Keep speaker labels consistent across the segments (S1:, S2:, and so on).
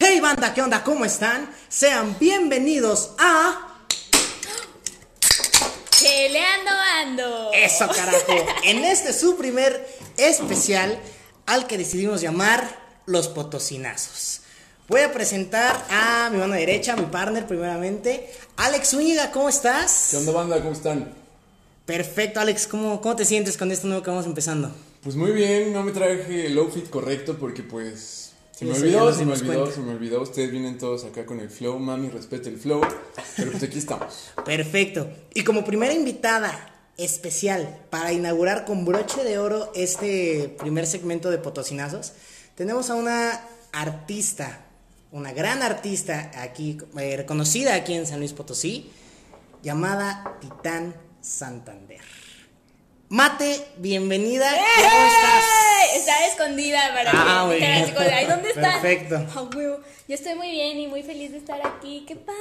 S1: Hey banda, ¿qué onda? ¿Cómo están? Sean bienvenidos a...
S2: Cheleando ando.
S1: Eso carajo. En este su primer especial al que decidimos llamar Los Potosinazos. Voy a presentar a mi mano derecha, mi partner primeramente. Alex Zúñiga, ¿cómo estás?
S3: ¿Qué onda, banda? ¿Cómo están?
S1: Perfecto, Alex. ¿Cómo, cómo te sientes con esto nuevo que vamos empezando?
S3: Pues muy bien, no me traje el outfit correcto porque pues... Se me
S1: Sí, eso ya
S3: olvidó,
S1: nos
S3: se me
S1: dimos
S3: olvidó,
S1: cuenta.
S3: se me olvidó. Ustedes vienen todos acá con el flow, mami, respete el flow. Pero pues aquí estamos.
S1: Perfecto. Y como primera invitada especial para inaugurar con broche de oro este primer segmento de Potosinazos, tenemos a una artista, una gran artista aquí, eh, reconocida aquí en San Luis Potosí, llamada Titán Santander. Mate, bienvenida. ¿Cómo
S2: ¡Eh! ¡Ey!
S1: estás?
S2: Estaba escondida para
S1: Ah,
S2: que
S1: muy
S2: dijeras,
S1: bien.
S2: chicos, "Ay, ¿dónde están?
S1: Perfecto.
S2: Ah, huevo. Yo estoy muy bien y muy feliz de estar aquí. ¡Qué padre!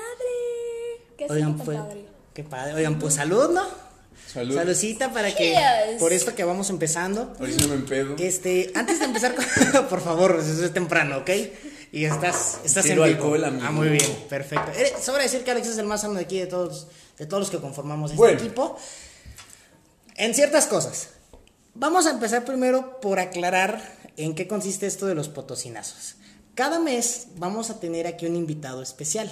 S2: ¡Qué
S1: Oigan,
S2: asunto
S1: pues,
S2: padre!
S1: qué padre. Oigan, pues salud, ¿no?
S3: Salud.
S1: Saludcita para que
S2: Cheers.
S1: por esto que vamos empezando.
S3: Ahorita no me empedo.
S1: Este, antes de empezar, con- por favor, eso es temprano, ¿ok? Y estás, estás
S3: Cero
S1: en vivo.
S3: alcohol, amigo.
S1: Ah, muy bien, perfecto. Eh, Sobra decir que Alex es el más sano de aquí de todos, de todos los que conformamos este
S3: Bueno.
S1: equipo. En ciertas cosas. Vamos a empezar primero por aclarar en qué consiste esto de los potosinazos. Cada mes vamos a tener aquí un invitado especial,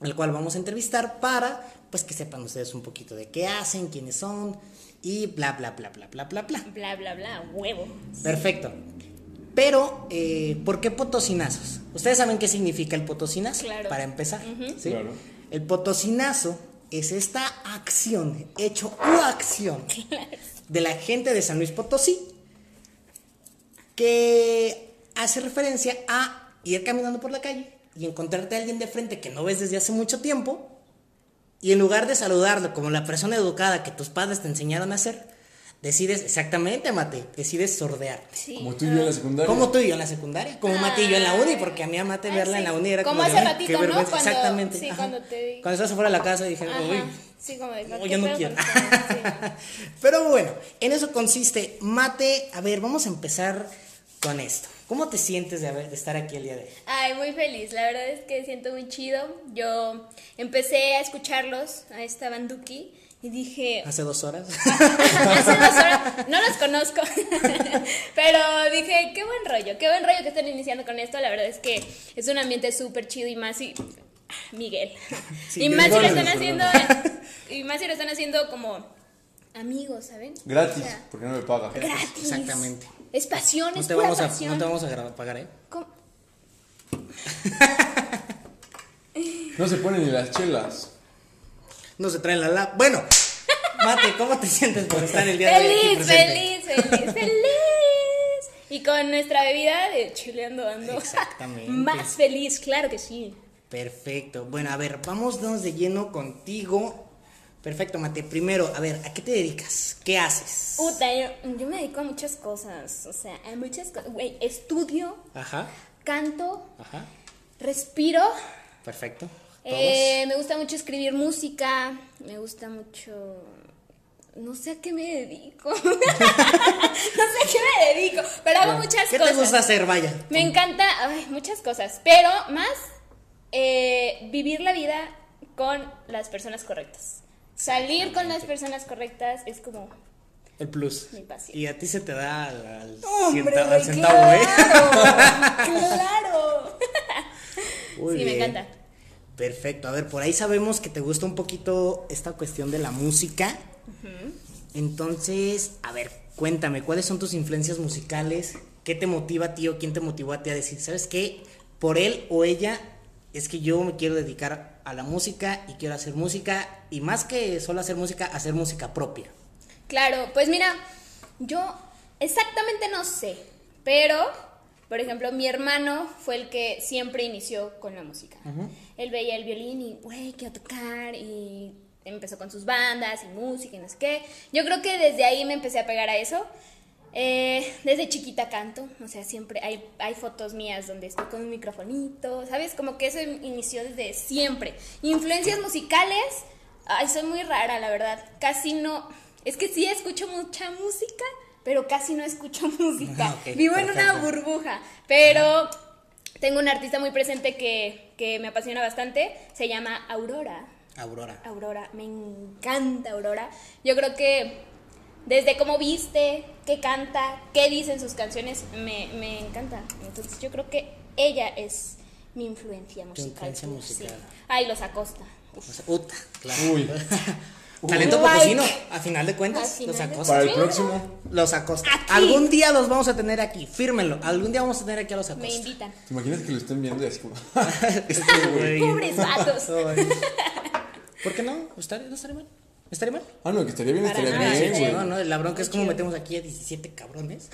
S1: el cual vamos a entrevistar para pues que sepan ustedes un poquito de qué hacen, quiénes son y bla bla bla bla bla bla bla.
S2: Bla, bla, bla, huevo.
S1: Perfecto. Pero, eh, ¿por qué potosinazos? Ustedes saben qué significa el potosinazo,
S2: Claro.
S1: para empezar. ¿sí?
S3: Claro.
S1: El potosinazo es esta acción, hecho u acción, de la gente de San Luis Potosí, que hace referencia a ir caminando por la calle y encontrarte a alguien de frente que no ves desde hace mucho tiempo, y en lugar de saludarlo como la persona educada que tus padres te enseñaron a hacer, decides, exactamente, Mate, decides sordearte.
S2: Sí.
S3: Como tú y yo en la secundaria.
S1: Como tú y yo en la secundaria, como Mate y yo en la uni, porque a mí a Mate
S2: Ay,
S1: verla
S2: Ah. sí.
S1: en la uni era
S2: Como
S1: como. de,
S2: hace
S1: "Ay,
S2: ratito,
S1: qué
S2: ¿no?
S1: vergüenza".
S2: Cuando-
S1: Exactamente.
S2: sí,
S1: ajá.
S2: cuando te vi.
S1: Cuando estás fuera de la casa dije,
S2: Ajá.
S1: uy,
S2: Sí, como de,
S1: no,
S2: ¿qué
S1: yo no
S2: pedo
S1: quiero.
S2: con todo? Sí.
S1: Pero bueno, en eso consiste Mate. A ver, vamos a empezar con esto. ¿Cómo te sientes de, haber- de estar aquí el día de hoy?
S2: Ay, muy feliz. La verdad es que siento muy chido. Yo empecé a escucharlos, a esta banduki, y dije,
S1: Hace dos horas.
S2: Hace dos horas, no los conozco, pero dije, qué buen rollo, qué buen rollo que estén iniciando con esto, la verdad es que es un ambiente súper chido y más y... Miguel.
S1: Sí,
S2: y más si lo
S3: perdónenos,
S2: están haciendo,
S3: perdónenos.
S2: y más si lo están haciendo como amigos, ¿saben?
S3: Gratis,
S2: O sea,
S3: porque no me paga.
S2: gratis.
S1: Exactamente.
S2: Es pasión,
S1: No
S2: es
S1: te
S2: pura
S1: vamos a,
S2: pasión.
S1: no te vamos a gra- pagar, ¿eh?
S2: ¿Cómo?
S3: No se ponen ni las chelas.
S1: No se traen la la. Bueno, Mate, ¿cómo te sientes por estar el día de hoy? aquí
S2: Feliz,
S1: presente?
S2: feliz, feliz, feliz. Y con nuestra bebida de chileando ando.
S1: Exactamente.
S2: Más feliz, claro que sí.
S1: Perfecto. Bueno, a ver, vámonos de lleno contigo. Perfecto, Mate. Primero, a ver, ¿a qué te dedicas? ¿Qué haces?
S2: Puta, yo, yo me dedico a muchas cosas, o sea, a muchas cosas. Güey, estudio,
S1: Ajá,
S2: canto,
S1: ajá.
S2: respiro.
S1: Perfecto. Todos.
S2: eh, me gusta mucho escribir música, me gusta mucho... No sé a qué me dedico. no sé a qué me dedico, pero hago muchas
S1: ¿Qué
S2: cosas.
S1: te gusta hacer? Vaya.
S2: Me encanta, ay, muchas cosas, pero más eh, vivir la vida con las personas correctas. Salir con las personas correctas es como
S1: El plus.
S2: Mi pasión.
S1: Y a ti se te da al, al
S2: ¡Hombre,
S1: centa- al
S2: güey,
S1: centavo, ¿eh?
S2: claro, ¡Claro!
S1: Muy
S2: sí,
S1: bien.
S2: me encanta.
S1: Perfecto. A ver, por ahí sabemos que te gusta un poquito esta cuestión de la música. Entonces, a ver, cuéntame, ¿cuáles son tus influencias musicales? ¿Qué te motiva a ti o quién te motivó a ti a decir, sabes qué? Por él o ella es que yo me quiero dedicar a la música y quiero hacer música y más que solo hacer música, hacer música propia.
S2: Claro, pues mira, yo exactamente no sé, pero, por ejemplo, mi hermano fue el que siempre inició con la música. Él veía el violín y, güey, quiero tocar, y empezó con sus bandas y música y no sé qué. Yo creo que desde ahí me empecé a pegar a eso. Eh, desde chiquita canto, o sea, siempre hay, hay fotos mías donde estoy con un microfonito, ¿sabes? Como que eso inició desde siempre. Influencias musicales, ay, soy muy rara, la verdad. Casi no, es que sí escucho mucha música, pero casi no escucho música.
S1: Ok,
S2: Vivo en una
S1: perfecto.
S2: burbuja, pero Tengo un artista muy presente que, que me apasiona bastante, se llama Aurora.
S1: Aurora.
S2: Aurora, me encanta Aurora. Yo creo que desde cómo viste, qué canta, qué dicen sus canciones, me, me encanta. Entonces yo creo que ella es mi influencia musical.
S1: influencia
S2: sí.
S1: musical.
S2: Ay, los Acosta.
S1: O sea, Uta, claro.
S3: Uy.
S1: Talento
S2: Like.
S1: potosino, a final de cuentas,
S2: Al final
S1: los
S2: de-
S1: acosta.
S3: Para el
S2: Sí.
S3: próximo,
S1: Los acosta.
S2: Aquí.
S1: Algún día los vamos a tener aquí, fírmenlo. Algún día vamos a tener aquí a los acosta.
S2: Me invitan.
S3: ¿te imaginas que lo estén viendo y así como...
S1: Este güey.
S2: Pobres vatos.
S1: Ay. ¿Por qué no? ¿Estaría, ¿No estaría mal? ¿Estaría mal?
S3: Ah, no, que estaría bien,
S2: Para
S3: estaría
S2: nada,
S3: bien,
S2: sí,
S3: güey.
S1: No, no, la bronca es como metemos aquí a 17 cabrones.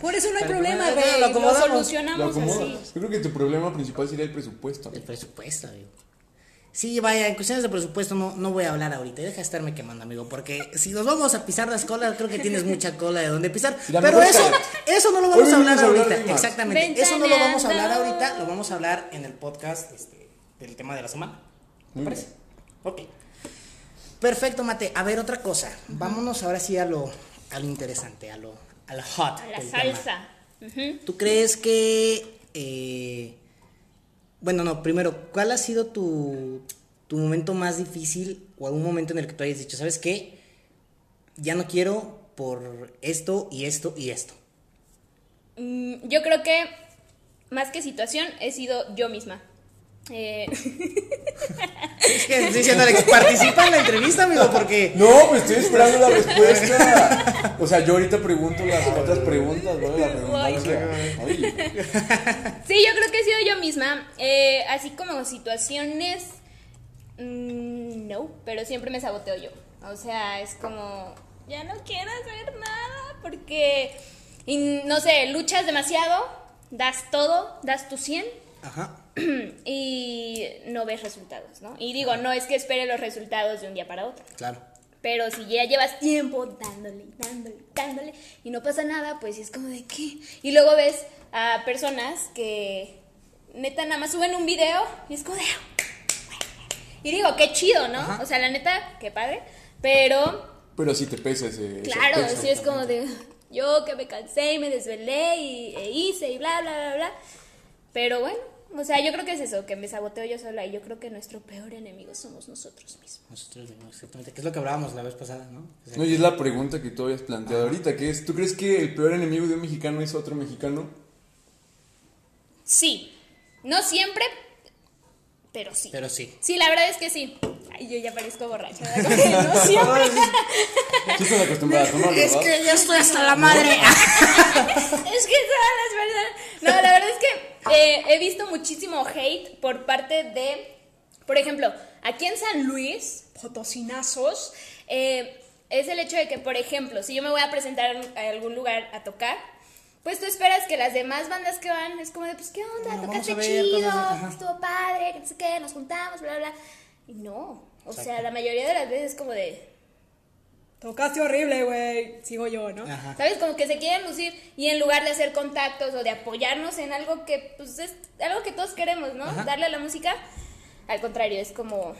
S2: Por eso no hay
S1: Pero
S2: problema,
S1: bueno,
S2: güey.
S1: lo
S2: Lo,
S1: acomodamos.
S3: Lo
S2: solucionamos
S3: acomodas.
S2: así.
S3: Yo creo que tu problema principal sería el presupuesto.
S1: El presupuesto, amigo. Sí, vaya, en cuestiones de presupuesto no, no voy a hablar ahorita. Deja de estarme quemando, amigo. Porque si nos vamos a pisar las colas, creo que tienes mucha cola de donde pisar.
S3: Y la
S1: Pero
S3: mejor
S1: eso,
S3: calle.
S1: eso no lo
S3: Hoy
S1: vamos a
S3: venimos
S1: hablar
S3: a hablar
S1: ahorita.
S3: de rimas.
S1: Exactamente. Eso no lo vamos a hablar
S2: Ventaneando.
S1: ahorita. Lo vamos a hablar en el podcast este, del tema de la semana.
S3: Muy bien.
S1: Ok. Perfecto, Mate. A ver, otra cosa. Vámonos ahora sí a lo, a lo interesante, a lo, a lo hot.
S2: A la
S1: del tema.
S2: salsa. Ujú.
S1: ¿Tú crees que... eh, bueno, no, primero, ¿cuál ha sido tu, tu momento más difícil o algún momento en el que tú hayas dicho, ¿sabes qué? Ya no quiero por esto y esto y esto.
S2: Mm, Yo creo que más que situación he sido yo misma. Eh,
S1: Es que estoy diciendo, Alex, participa en la entrevista, amigo, porque...
S3: No, pues estoy esperando la respuesta. O sea, yo ahorita pregunto las otras preguntas, ¿vale? La redundancia. Ay,
S2: sí, yo creo que he sido yo misma. Eh, así como situaciones, mm, no, pero siempre me saboteo yo. O sea, es como, ya no quiero hacer nada porque, y no sé, luchas demasiado, das todo, das tu 100
S1: Ajá.
S2: y no ves resultados, ¿no? Y digo, no es que espere los resultados de un día para otro,
S1: Claro.
S2: pero si ya llevas tiempo dándole, dándole, dándole y no pasa nada, pues es como de qué. Y luego ves a personas que neta nada más suben un video y es como de... "Ah, Y digo, qué chido, ¿no?
S1: Ajá.
S2: O sea, la neta, qué padre, pero
S3: Pero sí te pesa ese. ese
S2: Claro,
S3: peso.
S2: sí es como de yo que me cansé y me desvelé y e hice y bla, bla, bla, bla. Pero bueno, o sea, yo creo que es eso, que me saboteo yo sola y yo creo que nuestro peor enemigo somos nosotros mismos.
S1: Nosotros mismos, exactamente. Que es lo que hablábamos la vez pasada, ¿no? O sea,
S3: No, y es la pregunta que tú habías planteado ahorita, que es, ¿tú crees que el peor enemigo de un mexicano es otro mexicano?
S2: Sí, no siempre, pero sí.
S1: Pero sí.
S2: Sí, la verdad es que sí. Ay, yo ya parezco borracha. ¿verdad? No siempre.
S3: Sí estás acostumbrada a tomarlo, ¿verdad?
S1: ya estoy hasta la madre.
S2: Es que todas las verdad. No, la verdad es que eh, he visto muchísimo hate por parte de, por ejemplo, aquí en San Luis, potosinazos, eh, es el hecho de que, por ejemplo, si yo me voy a presentar a algún lugar a tocar, pues tú esperas que las demás bandas que van es como de, pues, ¿qué onda?
S1: Bueno, Ah, vamos
S2: Tocaste
S1: a ver,
S2: chido,
S1: cosas de- ajá.
S2: estuvo padre, que no sé qué, nos juntamos, bla, bla. Y no, o sea, la mayoría de las veces es como de,
S4: Tocaste horrible, güey. Sigo yo, ¿no?
S1: Ajá.
S2: ¿Sabes? Como que se quieren lucir y en lugar de hacer contactos o de apoyarnos en algo que, pues, es algo que todos queremos, ¿no?
S1: Ajá.
S2: Darle a la música, al contrario, es como,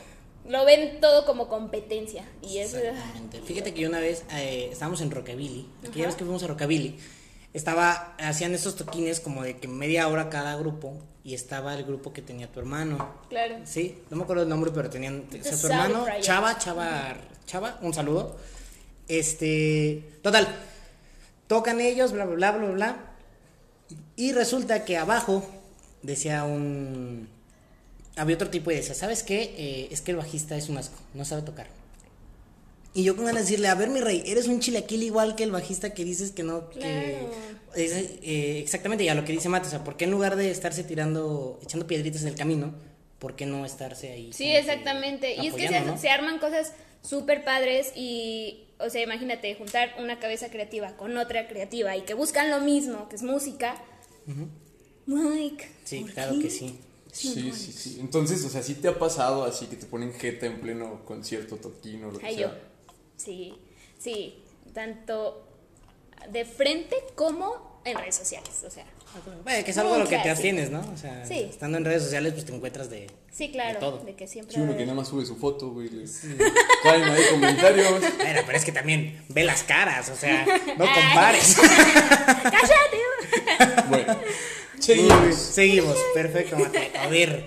S2: lo ven todo como competencia y es... ah,
S1: Exactamente. Fíjate que yo una vez eh, estábamos en Rockabilly, aquella vez que fuimos a Rockabilly, estaba, hacían estos toquines como de que media hora cada grupo y estaba el grupo que tenía tu hermano.
S2: Claro.
S1: Sí, no me acuerdo el nombre, pero tenían o sea, su
S2: Sound
S1: hermano,
S2: Project.
S1: Chava, Chava, Chava, un saludo. Este, total, tocan ellos, bla, bla, bla, bla, bla. Y resulta que abajo decía un... Había otro tipo y decía, ¿sabes qué? Eh, es que el bajista es un asco, no sabe tocar. Y yo con ganas de decirle, a ver mi rey, eres un chilaquil igual que el bajista que dices que no... que-
S2: Claro.
S1: Es, eh, exactamente, y a lo que dice Mate, o sea, ¿por qué en lugar de estarse tirando, echando piedritas en el camino, por qué no estarse ahí? como
S2: Sí,
S1: que
S2: exactamente. Y es que se,
S1: apoyando, ¿no?
S2: se arman cosas súper padres y, o sea, imagínate, juntar una cabeza creativa con otra creativa y que buscan lo mismo, que es música. Mike.
S1: Sí,
S2: ¿por
S1: claro
S2: qué?
S1: que sí.
S3: Sí, sí, sí. Entonces, o sea, sí te ha pasado así que te ponen jeta en pleno concierto toquino, lo que
S2: Ay,
S3: sea.
S2: yo. Sí, sí. Tanto de frente como en redes sociales. O sea,
S1: Vaya, que es algo a lo que te
S2: Nunca, sí.
S1: abstienes, ¿no? O sea,
S2: Sí.
S1: estando en redes sociales, pues te encuentras de...
S2: sí, claro.
S1: De todo.
S2: De, que siempre.
S3: Sí, uno que
S2: va
S3: nada más sube su foto, güey. le Caen ahí comentarios.
S1: Bueno, pero es que también ve las caras, o sea, no
S2: Ay.
S1: Ah, compares.
S2: a haber- ¡Cállate!
S3: Bueno,
S1: Seguimos. Seguimos, perfecto, Mate. A ver,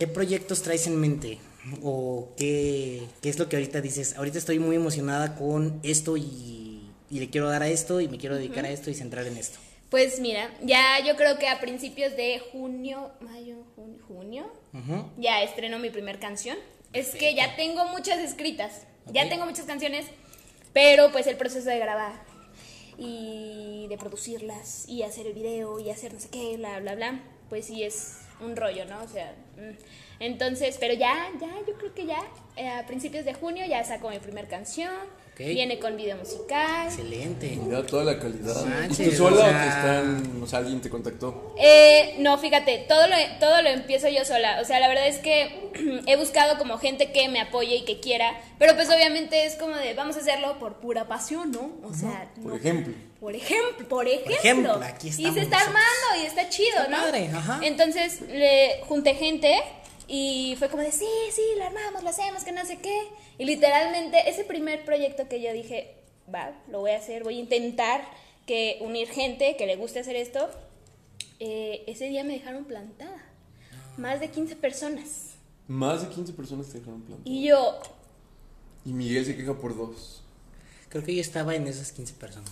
S1: ¿qué proyectos traes en mente? ¿O qué, qué es lo que ahorita dices? Ahorita estoy muy emocionada con esto y, y le quiero dar a esto y me quiero dedicar a esto y centrar en esto.
S2: Pues mira, ya yo creo que a principios de junio, mayo, junio, junio, ya estreno mi primer canción. Es que ya tengo muchas escritas,
S1: Ok.
S2: ya tengo muchas canciones, pero pues el proceso de grabar y de producirlas y hacer el video y hacer no sé qué, bla, bla, bla, pues sí es un rollo, ¿no? O sea, mm. entonces, pero ya, ya, yo creo que ya eh, a principios de junio ya saco mi primer canción,
S1: Ok.
S2: viene con video musical.
S1: Excelente.
S3: Mira toda la calidad.
S1: No manches,
S3: ¿Tú sola
S1: o
S3: o,
S1: sea-
S3: te están, o sea, alguien te contactó?
S2: Eh, no, fíjate, todo lo, todo lo empiezo yo sola. O sea, la verdad es que he buscado como gente que me apoye y que quiera. Pero pues obviamente es como de, vamos a hacerlo por pura pasión, ¿no? O sea,
S3: Por
S2: no-
S3: ejemplo.
S2: Por ejemplo, por ejemplo.
S1: ejemplo, aquí
S2: y
S1: estamos
S2: se está
S1: nosotros.
S2: armando y está chido,
S1: Está
S2: ¿no?
S1: padre, ajá.
S2: Entonces le junté gente y fue como de, sí, sí, lo armamos, lo hacemos, que no sé qué. Y literalmente ese primer proyecto que yo dije, va, lo voy a hacer, voy a intentar que unir gente que le guste hacer esto, eh, ese día me dejaron plantada.
S1: Ah.
S2: Más de 15 personas.
S3: Más de 15 personas te dejaron plantado.
S2: Y yo,
S3: Y Miguel se queja por dos.
S1: Creo que yo estaba en esas 15 personas.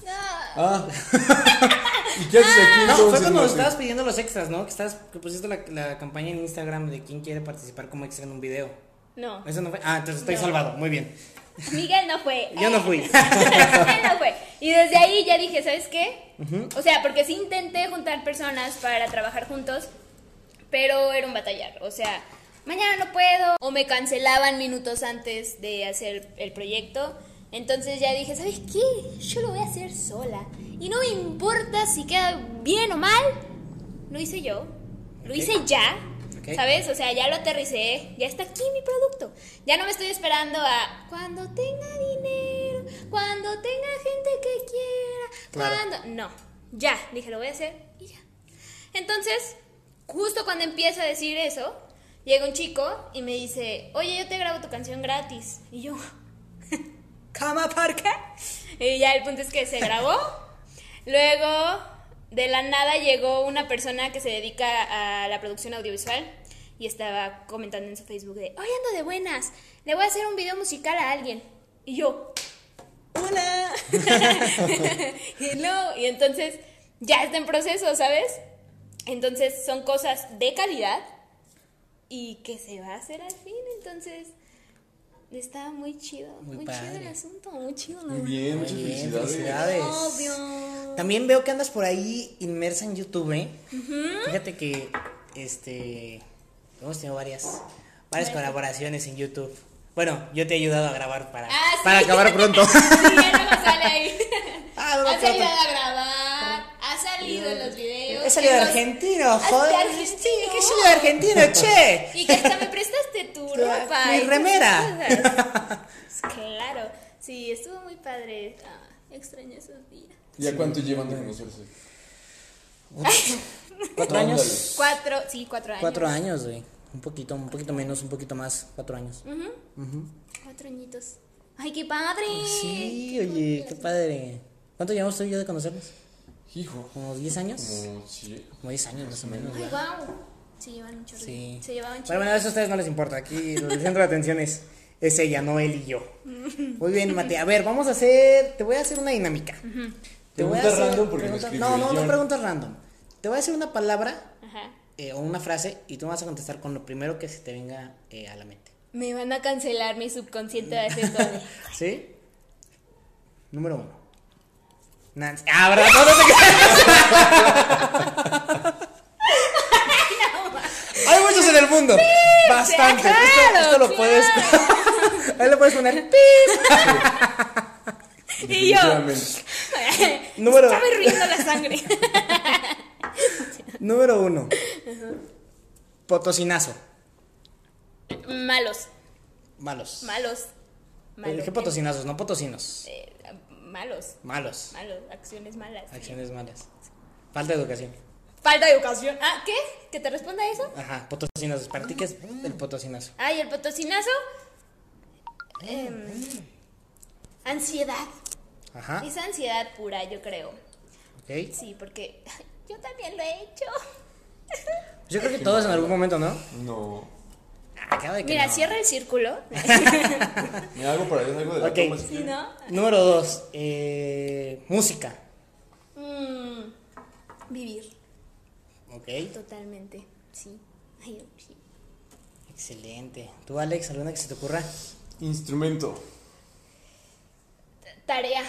S3: Ah. ¿Y qué haces aquí
S1: Ah, No, fue
S3: entonces?
S1: cuando
S3: Martín?
S1: estabas pidiendo los extras, ¿no? Que, estabas, que pusiste la, la campaña en Instagram de quién quiere participar como extra en un video.
S2: no.
S1: Eso no fue. Ah, entonces estoy salvado. Muy bien.
S2: Miguel no fue.
S1: Yo no fui.
S2: Él no fue. Y desde ahí ya dije, ¿sabes qué? O sea, porque sí intenté juntar personas para trabajar juntos, pero era un batallar. O sea, mañana no puedo. O me cancelaban minutos antes de hacer el proyecto. Entonces ya dije, ¿sabes qué? Yo lo voy a hacer sola. Y no me importa si queda bien o mal. Lo hice yo. Lo
S1: Ok.
S2: hice ya.
S1: Ok.
S2: ¿Sabes? O sea, ya lo aterricé. Ya está aquí mi producto. Ya no me estoy esperando a cuando tenga dinero, cuando tenga gente que quiera,
S1: Claro.
S2: cuando. No. Ya. Dije, lo voy a hacer y ya. Entonces, justo cuando empiezo a decir eso, llega un chico y me dice, oye, yo te grabo tu canción gratis. Y yo, ¿cama por qué? Y ya el punto es que se grabó. Luego, de la nada llegó una persona que se dedica a la producción audiovisual y estaba comentando en su Facebook de, oye, ando de buenas, le voy a hacer un video musical a alguien. Y yo, hola. Hello. Y entonces ya está en proceso, ¿sabes? Entonces son cosas de calidad y que se va a hacer al fin. Entonces está muy chido,
S1: Muy
S2: muy, chido el
S1: padre.
S2: asunto, muy chido. la
S3: Muy
S2: verdad.
S3: bien, muchas
S1: Muy bien,
S3: felicidades.
S1: felicidades.
S2: Obvio.
S1: También veo que andas por ahí inmersa en YouTube, ¿eh? Fíjate que, este, hemos tenido varias, varias colaboraciones en YouTube. Bueno, yo te he ayudado a grabar para,
S2: Ah, sí.
S1: para acabar pronto.
S2: Sí, ya no me sale ahí.
S1: Ah, no me
S2: ha
S1: acuerdo.
S2: salido a grabar, ha salido en los videos.
S1: He salido de
S2: en los-
S1: argentino,
S2: ¿Has
S1: joder.
S2: de argentino?
S1: Sí, que he salido de argentino, che.
S2: Y que hasta me prestaste tu ropa.
S1: mi
S2: y esas
S1: remera.
S2: cosas. claro, sí, estuvo muy padre. Ah, extraño esos días.
S3: ¿Y a cuánto llevan de conocerse?
S1: Cuatro
S3: Ándale.
S1: años.
S2: Cuatro, sí, cuatro años.
S1: Cuatro años, güey. Un poquito, un poquito menos, un poquito más, cuatro años.
S2: Cuatro añitos. ¡Ay, qué padre!
S1: Sí, oye, qué padre. ¿Cuánto llevamos tú y yo de conocernos?
S3: Hijo.
S1: ¿Como 10 años?
S3: Como sí.
S1: Como 10 años más o menos.
S2: Ay, wow. Se llevan un chorro.
S1: Sí.
S2: Se llevaban
S1: Pero bueno, eso a ustedes no les importa. Aquí el centro de atención es, es ella, no él y yo.
S2: Mm.
S1: Muy bien, Mate. A ver, vamos a hacer. Te voy a hacer una dinámica. Te voy a
S3: Pregunta
S1: hacer
S3: random porque no
S1: pregunta-
S3: escribí
S1: no,
S3: el
S1: no, no
S3: guión.
S1: preguntas random. Te voy a hacer una palabra
S2: Ajá.
S1: eh, o una frase y tú me vas a contestar con lo primero que se te venga eh, a la mente.
S2: Me van a cancelar mi subconsciente
S1: Mm.
S2: de hacer todo.
S1: ¿Sí? Número uno. Nancy. Ah, ¿verdad? No, no te creas. Hay muchos en el mundo. Bastante.
S2: claro,
S1: esto, esto lo
S2: claro.
S1: puedes. Ahí lo puedes poner.
S2: Y yo.
S3: Definitivamente.
S1: Número-
S2: Estaba hirviendo la sangre.
S1: Número uno. Potosinazo.
S2: malos,
S1: Malos.
S2: malos.
S1: Eh,
S2: Malos.
S1: ¿Qué potosinazos? No potosinos.
S2: Eh, malos,
S1: Malos.
S2: malos, acciones malas.
S1: Acciones malas. Falta de educación.
S2: Falta de educación. Ah, ¿qué? ¿Que te responda eso?
S1: Ajá, potosinazos. ¿Para ti qué es el potosinazo?
S2: Ay, el potosinazo. Em, ansiedad.
S1: Ajá.
S2: Es ansiedad pura, yo creo.
S1: Ok.
S2: Sí, porque yo también lo he hecho.
S1: Yo creo que todos en algún momento, ¿no?
S3: No.
S1: Acaba de que
S2: Mira,
S1: no.
S2: cierra el círculo.
S3: Mira, algo para ellos, algo de la
S1: Ok.
S3: toma, si
S2: ¿Sí,
S3: quieren.
S2: no?
S1: Número dos, eh, música.
S2: Mm, vivir.
S1: Ok,
S2: Totalmente. Sí. Ay, sí.
S1: excelente. ¿Tú, Alex, alguna que se te ocurra?
S3: Instrumento.
S2: Tarea.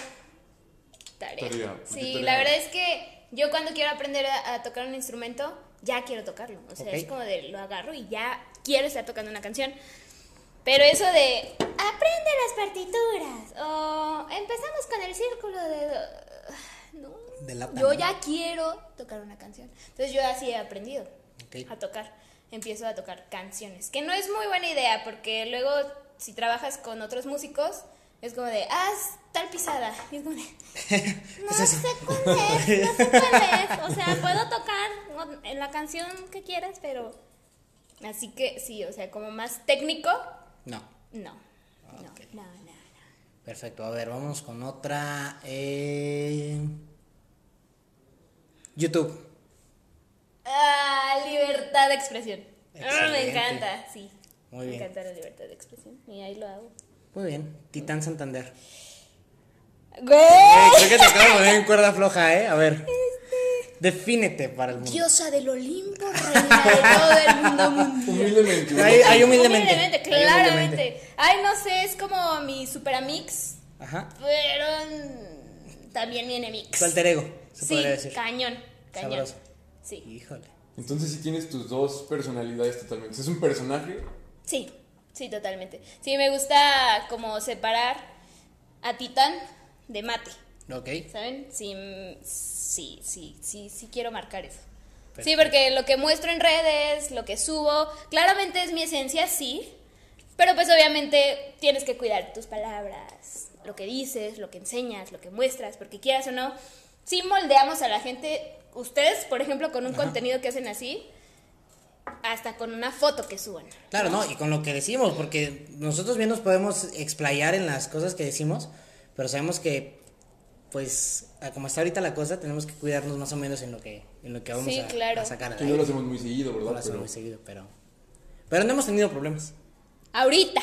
S2: Tarea.
S3: Tarea, ¿por qué
S2: Sí,
S3: tarea?
S2: la verdad es que yo cuando quiero aprender a, a tocar un instrumento, ya quiero tocarlo. O sea,
S1: Ok.
S2: es como de lo agarro y ya quiero estar tocando una canción. Pero eso de aprende las partituras o empezamos con el círculo de. No.
S1: De la
S2: yo ya "Ah, quiero tocar una canción. Entonces yo así he aprendido
S1: Ok.
S2: a tocar. Empiezo a tocar canciones, que no es muy buena idea porque luego si trabajas con otros músicos es como de haz tal pisada. Y es como de, no
S1: Es eso.
S2: sé cuál es, no sé cuál es. O sea, puedo tocar en la canción que quieras, pero así que sí, o sea, como más técnico,
S1: No.
S2: no. No,
S1: Ok.
S2: no, no, no.
S1: Perfecto, a ver, vamos con otra. eh, YouTube.
S2: Ah, libertad de expresión. Ah, me
S1: Excelente.
S2: encanta, sí.
S1: Muy
S2: me
S1: bien.
S2: encanta la libertad de expresión. Y ahí lo hago.
S1: Muy bien, Titán Santander.
S2: ¡Güey!
S1: Eh, creo que te acabo de poner en cuerda floja, ¿eh? A ver.
S2: Este.
S1: Defínete para el mundo.
S2: Diosa del Olimpo, reina de todo el mundo mundial.
S3: Humildemente.
S1: Ahí, ahí humildemente.
S2: Humildemente,
S1: Ahí
S2: claramente.
S1: humildemente.
S2: Ay, no sé, es como mi superamix,
S1: Ajá.
S2: pero mm, también mi enemix.
S1: Tu alter ego, se
S2: Sí,
S1: podría decir.
S2: cañón, cañón.
S1: Sabroso.
S2: Sí,
S1: Híjole.
S3: Entonces sí tienes tus dos personalidades totalmente. Es un personaje.
S2: sí, sí, totalmente. Sí, me gusta como separar a Titán de Mate,
S1: Ok.
S2: ¿saben? Sí, mm, sí, sí, sí, sí quiero marcar eso. Sí,
S1: Perfecto.
S2: porque lo que muestro en redes, lo que subo, claramente es mi esencia, sí, pero pues obviamente tienes que cuidar tus palabras, lo que dices, lo que enseñas, lo que muestras, porque quieras o no, sí moldeamos a la gente, ustedes, por ejemplo, con un contenido que hacen así, hasta con una foto que suban.
S1: Claro, no, y con lo que decimos, porque nosotros bien nos podemos explayar en las cosas que decimos, pero sabemos que, pues, a como está ahorita la cosa, tenemos que cuidarnos más o menos en lo que, en lo que vamos
S2: Sí,
S1: a,
S2: claro.
S1: a sacar. al
S3: Tú y yo
S1: aire.
S3: lo hacemos muy seguido,
S1: No lo
S3: ¿verdad?
S1: hacemos
S3: Pero
S1: muy seguido, pero. Pero no hemos tenido problemas.
S2: Ahorita,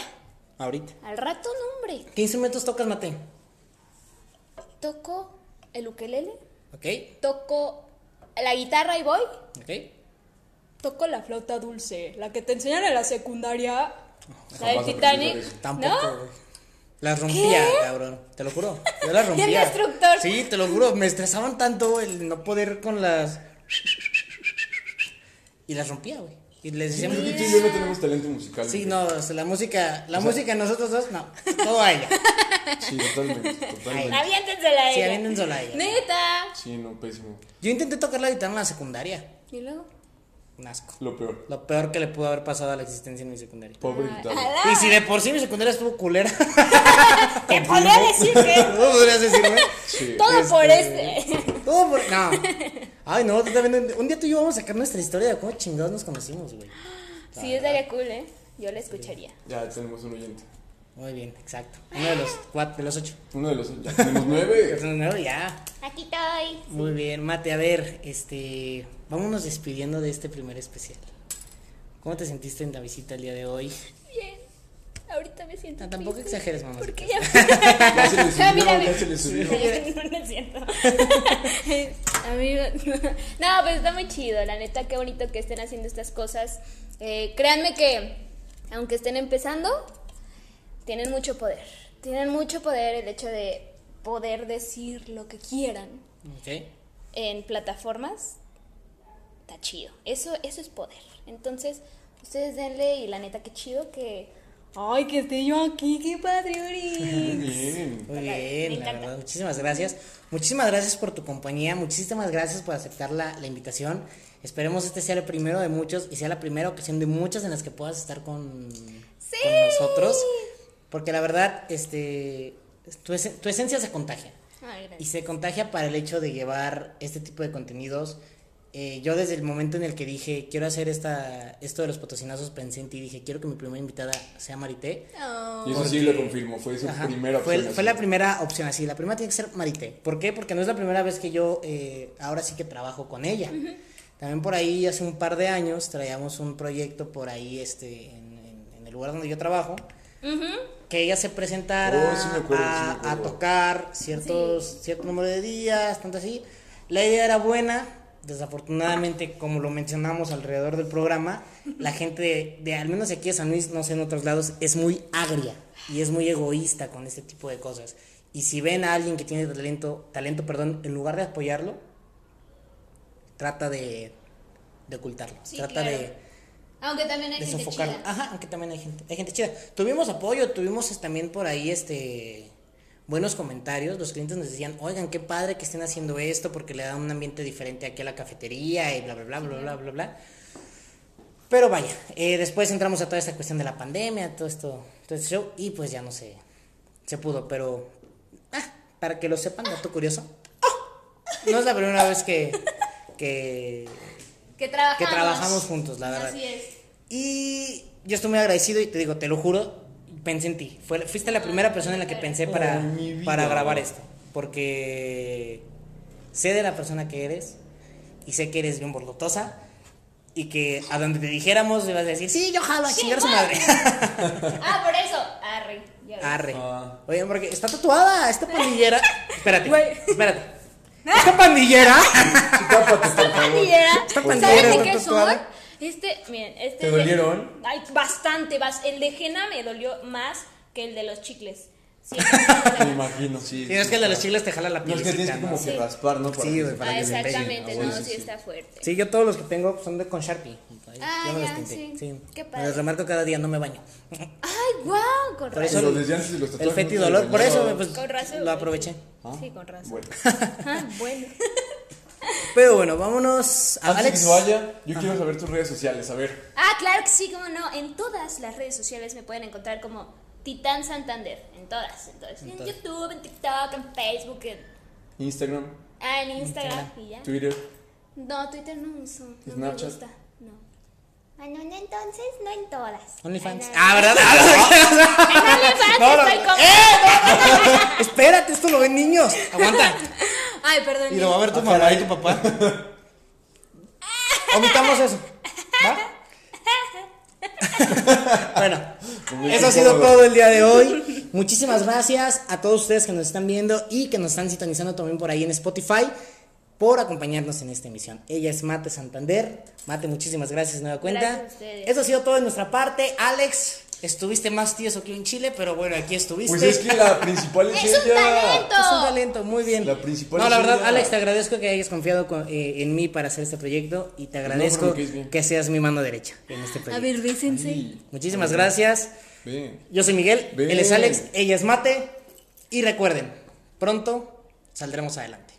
S1: Ahorita.
S2: al rato, no, hombre,
S1: ¿Qué instrumentos tocas, Mate?
S2: toco el ukelele,
S1: ¿Ok?
S2: toco la guitarra y voy,
S1: ¿Ok?
S4: Toco la flauta dulce, la que te enseñan en la secundaria.
S2: la del
S3: Jamás aprendí a
S2: Titanic,
S3: tocar eso.
S1: Tampoco.
S2: ¿no?
S1: güey. Las rompía, cabrón. Te lo juro. Yo las rompía.
S2: Y el destructor.
S1: Sí, te lo juro. Me estresaban tanto el no poder con las. Y las rompía, güey. Y les
S3: Yo
S1: decíamos.
S3: creo que tú y yo no tenemos talento musical.
S1: Sí,
S3: güey.
S1: no, o sea, la música, la música nosotros dos, no. Todo a ella.
S3: Sí, totalmente, totalmente.
S2: Aviéntensela a
S1: Sí,
S2: ella.
S1: aviéntensela a ella.
S2: Neta.
S3: Sí, no, pésimo.
S1: Yo intenté tocar la guitarra en la secundaria.
S2: Y luego.
S1: Un asco.
S3: Lo peor.
S1: Lo peor que le pudo haber pasado a la existencia en mi secundaria.
S3: Pobre guitarra.
S1: Y si de por sí mi secundaria estuvo culera,
S2: Te podría decir que
S1: ¿no podrías decirme?
S3: Sí.
S2: todo por
S1: Este-
S2: este.
S1: Todo por- No. Ay, no, tú también. Un día tú y yo vamos a sacar nuestra historia de cómo chingados nos conocimos, güey.
S2: Sí, estaría cool, ¿eh? Yo la escucharía.
S3: Ya tenemos un oyente.
S1: Muy bien, exacto. Uno de los cuatro, de los ocho.
S3: Uno de los. Ya tenemos
S1: Pero
S3: nueve.
S1: no, no, ya.
S2: Aquí estoy.
S1: Muy bien, Mate. A ver, este. Vámonos despidiendo de este primer especial. ¿Cómo te sentiste en la visita el día de hoy?
S2: Bien. Ahorita me siento.
S1: No, tampoco
S2: triste.
S1: exageres, mamá.
S2: Porque ya.
S3: Ya se le
S2: Ah, mira,
S3: subió,
S2: mira.
S3: ya se le subió.
S2: No, no es cierto. Amigo, no, pues está muy chido, la neta, qué bonito que estén haciendo estas cosas. Eh, créanme que, aunque estén empezando, tienen mucho poder. Tienen mucho poder el hecho de poder decir lo que quieran
S1: Ok.
S2: en plataformas. Está chido. Eso, eso es poder. Entonces, ustedes denle y la neta, qué chido que...
S4: Ay, que esté yo aquí, qué padre, Uri.
S3: Muy bien.
S1: Muy
S2: Me
S1: bien, la
S2: encanta.
S1: verdad. Muchísimas gracias. Muchísimas gracias por tu compañía. Muchísimas gracias por aceptar la, la invitación. Esperemos este sea el primero de muchos y sea la primera ocasión de muchas en las que puedas estar con, con nosotros. Porque la verdad, este, tu, es- tu esencia se contagia.
S2: Ay,
S1: Y
S2: gracias.
S1: se contagia para el hecho de llevar este tipo de contenidos. Eh, yo desde el momento en el que dije, quiero hacer esta, esto de los potosinazos, pensé en ti y dije, quiero que mi primera invitada sea Marité.
S2: Oh.
S3: Y eso sí lo confirmo, fue su
S1: Ajá.
S3: primera
S1: fue,
S3: opción.
S1: fue la
S3: así.
S1: primera opción así. La primera tiene que ser Marité. ¿Por qué? Porque no es la primera vez que yo eh, ahora sí que trabajo con ella. También por ahí hace un par de años traíamos un proyecto por ahí este, en, en- en el lugar donde yo trabajo. Que ella se presentara
S3: Oh, sí me acuerdo,
S1: a,
S3: sí me acuerdo.
S1: a tocar ciertos, cierto número de días, tanto así. La idea era buena, desafortunadamente, como lo mencionamos alrededor del programa, la gente de, de- al menos aquí de San Luis, no sé en otros lados, es muy agria y es muy egoísta con este tipo de cosas. Y si ven a alguien que tiene talento, talento, perdón, en lugar de apoyarlo, trata de, de ocultarlo,
S2: Sí,
S1: trata
S2: claro.
S1: de,
S2: Aunque también hay
S1: de
S2: gente
S1: sofocarlo.
S2: chida.
S1: Ajá, aunque también hay gente, hay gente chida. Tuvimos apoyo, tuvimos es- también por ahí este buenos comentarios. Los clientes nos decían, oigan, qué padre que estén haciendo esto porque le da un ambiente diferente aquí a la cafetería y bla, bla, bla, bla, bla, bla, bla. Pero vaya, eh, después entramos a toda esta cuestión de la pandemia, todo esto, todo este show, y pues ya no se, se pudo, pero ah, para que lo sepan, dato curioso,
S2: Ah.
S1: no es la primera vez que, que,
S2: Que trabajamos.
S1: que trabajamos juntos, la verdad.
S2: Así es.
S1: Y yo estoy muy agradecido y te digo, te lo juro, pensé en ti. Fue- fuiste la primera persona en la que pensé para,
S3: Ay, Oh, mi vida.
S1: para grabar esto. Porque sé de la persona que eres y sé que eres bien borlotosa y que a donde te dijéramos ibas a decir, sí, yo jalo a
S2: Sí,
S1: chingar a su
S2: bueno.
S1: madre.
S2: Ah, por eso. Arre. ya ves.
S1: Arre.
S3: Ah.
S1: Oigan, porque está tatuada esta pandillera. espérate, espérate. ¿Esta pandillera?
S3: Sí, tápate, por
S2: Esta
S3: favor.
S2: pandillera.
S1: Esta
S3: Por
S1: pandillera
S2: ¿Saben
S3: favor.
S2: de
S1: está
S2: qué son?
S1: tatuada.
S2: Este, miren, este.
S3: ¿Te
S2: es de-
S3: dolieron?
S2: Ay, bastante. bas- El de Jena me dolió más que el de los chicles. Siempre me dolió.
S3: Me imagino. Sí,
S1: Tienes
S3: sí,
S1: que el de
S3: claro.
S1: los chiles te jala la
S3: No,
S1: piel.
S3: es que tienes que como que raspar, ¿no?
S1: Sí,
S3: que
S1: güey,
S3: se-
S1: para
S2: Ah,
S1: que se empeine.
S2: exactamente,
S3: Ah,
S2: no,
S3: sí,
S2: sí,
S3: sí.
S2: está fuerte.
S1: Sí, yo todos los que tengo son de con Sharpie.
S2: Ah,
S1: yo me los
S2: ya,
S1: pinté.
S2: sí.
S1: Sí.
S2: Qué
S1: Me los
S2: padre.
S1: remarco cada día, no me baño.
S2: Ay, guau, con
S1: Por
S2: razón.
S1: eso
S3: Pero
S1: el-
S3: desde antes de los
S1: El
S3: tatuajes
S1: feti
S3: no te
S1: dolor, por
S3: bañabas.
S1: eso pues,
S2: Con razón.
S1: lo aproveché.
S3: ¿Ah?
S2: Sí, con razón.
S3: Bueno.
S2: Ah, bueno.
S1: Pero bueno, vámonos a
S3: Antes de que
S1: Alex.
S3: se vaya, yo quiero saber tus redes sociales. A ver.
S2: Ah, claro que sí, como no. En todas las redes sociales me pueden encontrar como Titán Santander. En todas, en todas. En
S1: todas.
S2: YouTube, en TikTok, en Facebook, en,
S3: Instagram,
S2: ah, en Instagram. Y ya.
S3: Twitter.
S2: No, Twitter no uso. No
S3: Snapchat.
S2: me gusta. No.
S5: Bueno, no, entonces, no en todas.
S1: OnlyFans.
S5: En-
S1: Ah, ¿verdad? Ah,
S2: En OnlyFans
S1: No, no. ¡Eh!
S2: estoy como.
S1: Espérate, esto lo ven niños. Aguanta.
S2: Ay, perdón.
S1: Y lo va a ver tu
S3: Ah,
S1: mamá y tu papá. Omitamos eso. ¿Va? bueno,
S3: Muy
S1: eso ha sido
S3: incómodo.
S1: todo el día de hoy. Muchísimas gracias a todos ustedes que nos están viendo y que nos están sintonizando también por ahí en Spotify por acompañarnos en esta emisión. Ella es Mate Santander. Mate, muchísimas gracias de nueva cuenta.
S2: Gracias a ustedes.
S1: Eso ha sido todo de nuestra parte. Alex, estuviste más tieso que en Chile, pero bueno, aquí estuviste.
S3: Pues es que la principal es,
S2: ¡Es un
S3: ella.
S2: talento!
S1: Es un talento, muy bien.
S3: La principal
S1: No, la
S3: es
S1: verdad,
S3: ella.
S1: Alex, te agradezco que hayas confiado con- eh, en mí para hacer este proyecto y te agradezco
S3: me caes bien.
S1: que seas mi mano derecha en este proyecto.
S4: bésense.
S3: Sí.
S1: Muchísimas gracias.
S3: Ven.
S1: Yo soy Miguel,
S3: Ven.
S1: él es Alex, ella es Mate. Y recuerden, pronto saldremos adelante.